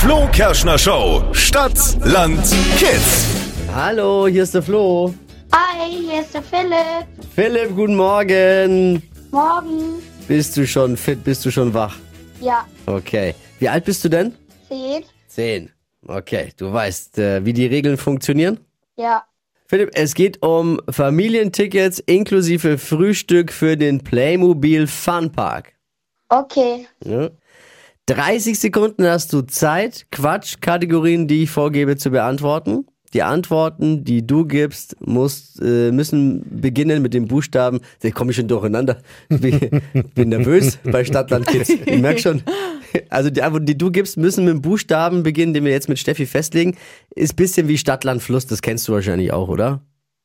Flo Kerschner Show. Stadt, Land, Kids. Hallo, hier ist der Flo. Hi, hier ist der Philipp. Philipp, guten Morgen. Morgen. Bist du schon fit? Bist du schon wach? Ja, Okay. Wie alt bist du denn? zehn. Zehn. Okay, du weißt, äh, wie die Regeln funktionieren? Ja, Philipp, es geht um Familientickets inklusive Frühstück für den Playmobil Funpark. okay. Ja. 30 Sekunden hast du Zeit, Quatschkategorien, die ich vorgebe, zu beantworten. Die Antworten, die du gibst, musst, äh, müssen beginnen mit dem Buchstaben. Da komme ich schon durcheinander. Ich bin, bin nervös bei Stadtland Kids. Ich merke schon. Also die Antworten, die du gibst, müssen mit dem Buchstaben beginnen, den wir jetzt mit Steffi festlegen. Ist bisschen wie Stadtland Fluss, das kennst du wahrscheinlich auch, oder?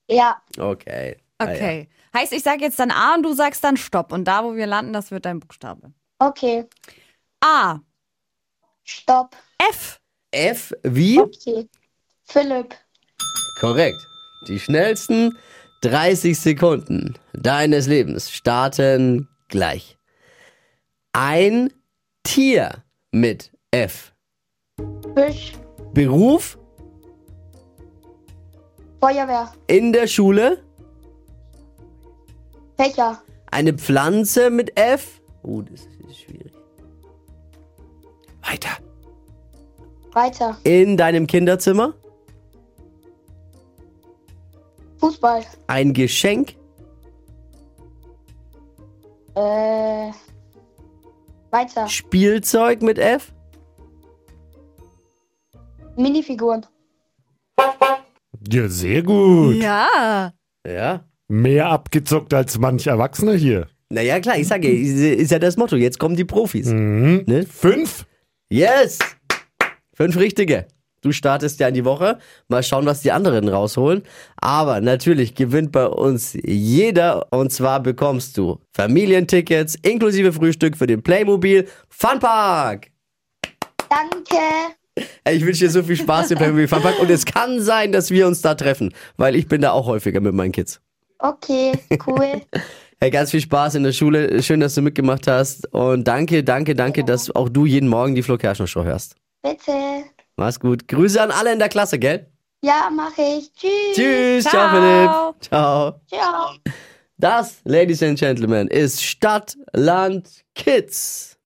Ja, Okay. Ah, ja. Okay. Heißt, ich sage jetzt dann A und du sagst dann Stopp. Und da, wo wir landen, das wird dein Buchstabe. okay. A. Stopp. F. F wie? Okay. Philipp. Korrekt. Die schnellsten 30 Sekunden deines Lebens starten gleich. Ein Tier mit F. Fisch. Beruf Feuerwehr. in der Schule. Fächer. Eine Pflanze mit F. Oh, das ist schwierig. Weiter. Weiter. In deinem Kinderzimmer. Fußball. Ein Geschenk. Äh. Weiter. Spielzeug mit F. Minifiguren. Ja, sehr gut. Ja. Ja. Mehr abgezockt als manch Erwachsener hier. Naja, klar, ich sage, ist ja das Motto. Jetzt kommen die Profis. Ne? Fünf? Yes! Fünf richtige. Du startest ja in die Woche. Mal schauen, was die anderen rausholen. Aber natürlich gewinnt bei uns jeder. Und zwar bekommst du Familientickets inklusive Frühstück für den Playmobil Funpark. Danke. Ey, Ich wünsche dir so viel Spaß im Playmobil Funpark. Und es kann sein, dass wir uns da treffen, weil ich bin da auch häufiger mit meinen Kids. Okay, cool. Hey, ganz viel Spaß in der Schule. Schön, dass du mitgemacht hast. Und danke, danke, danke, dass auch du jeden Morgen die Flo Kerschner Show hörst. Bitte. Mach's gut. Grüße an alle in der Klasse, gell? Ja, mache ich. Tschüss. Tschüss, ciao. Ciao. Philipp. Ciao. Ciao. Das, Ladies and Gentlemen, ist Stadt, Land, Kids.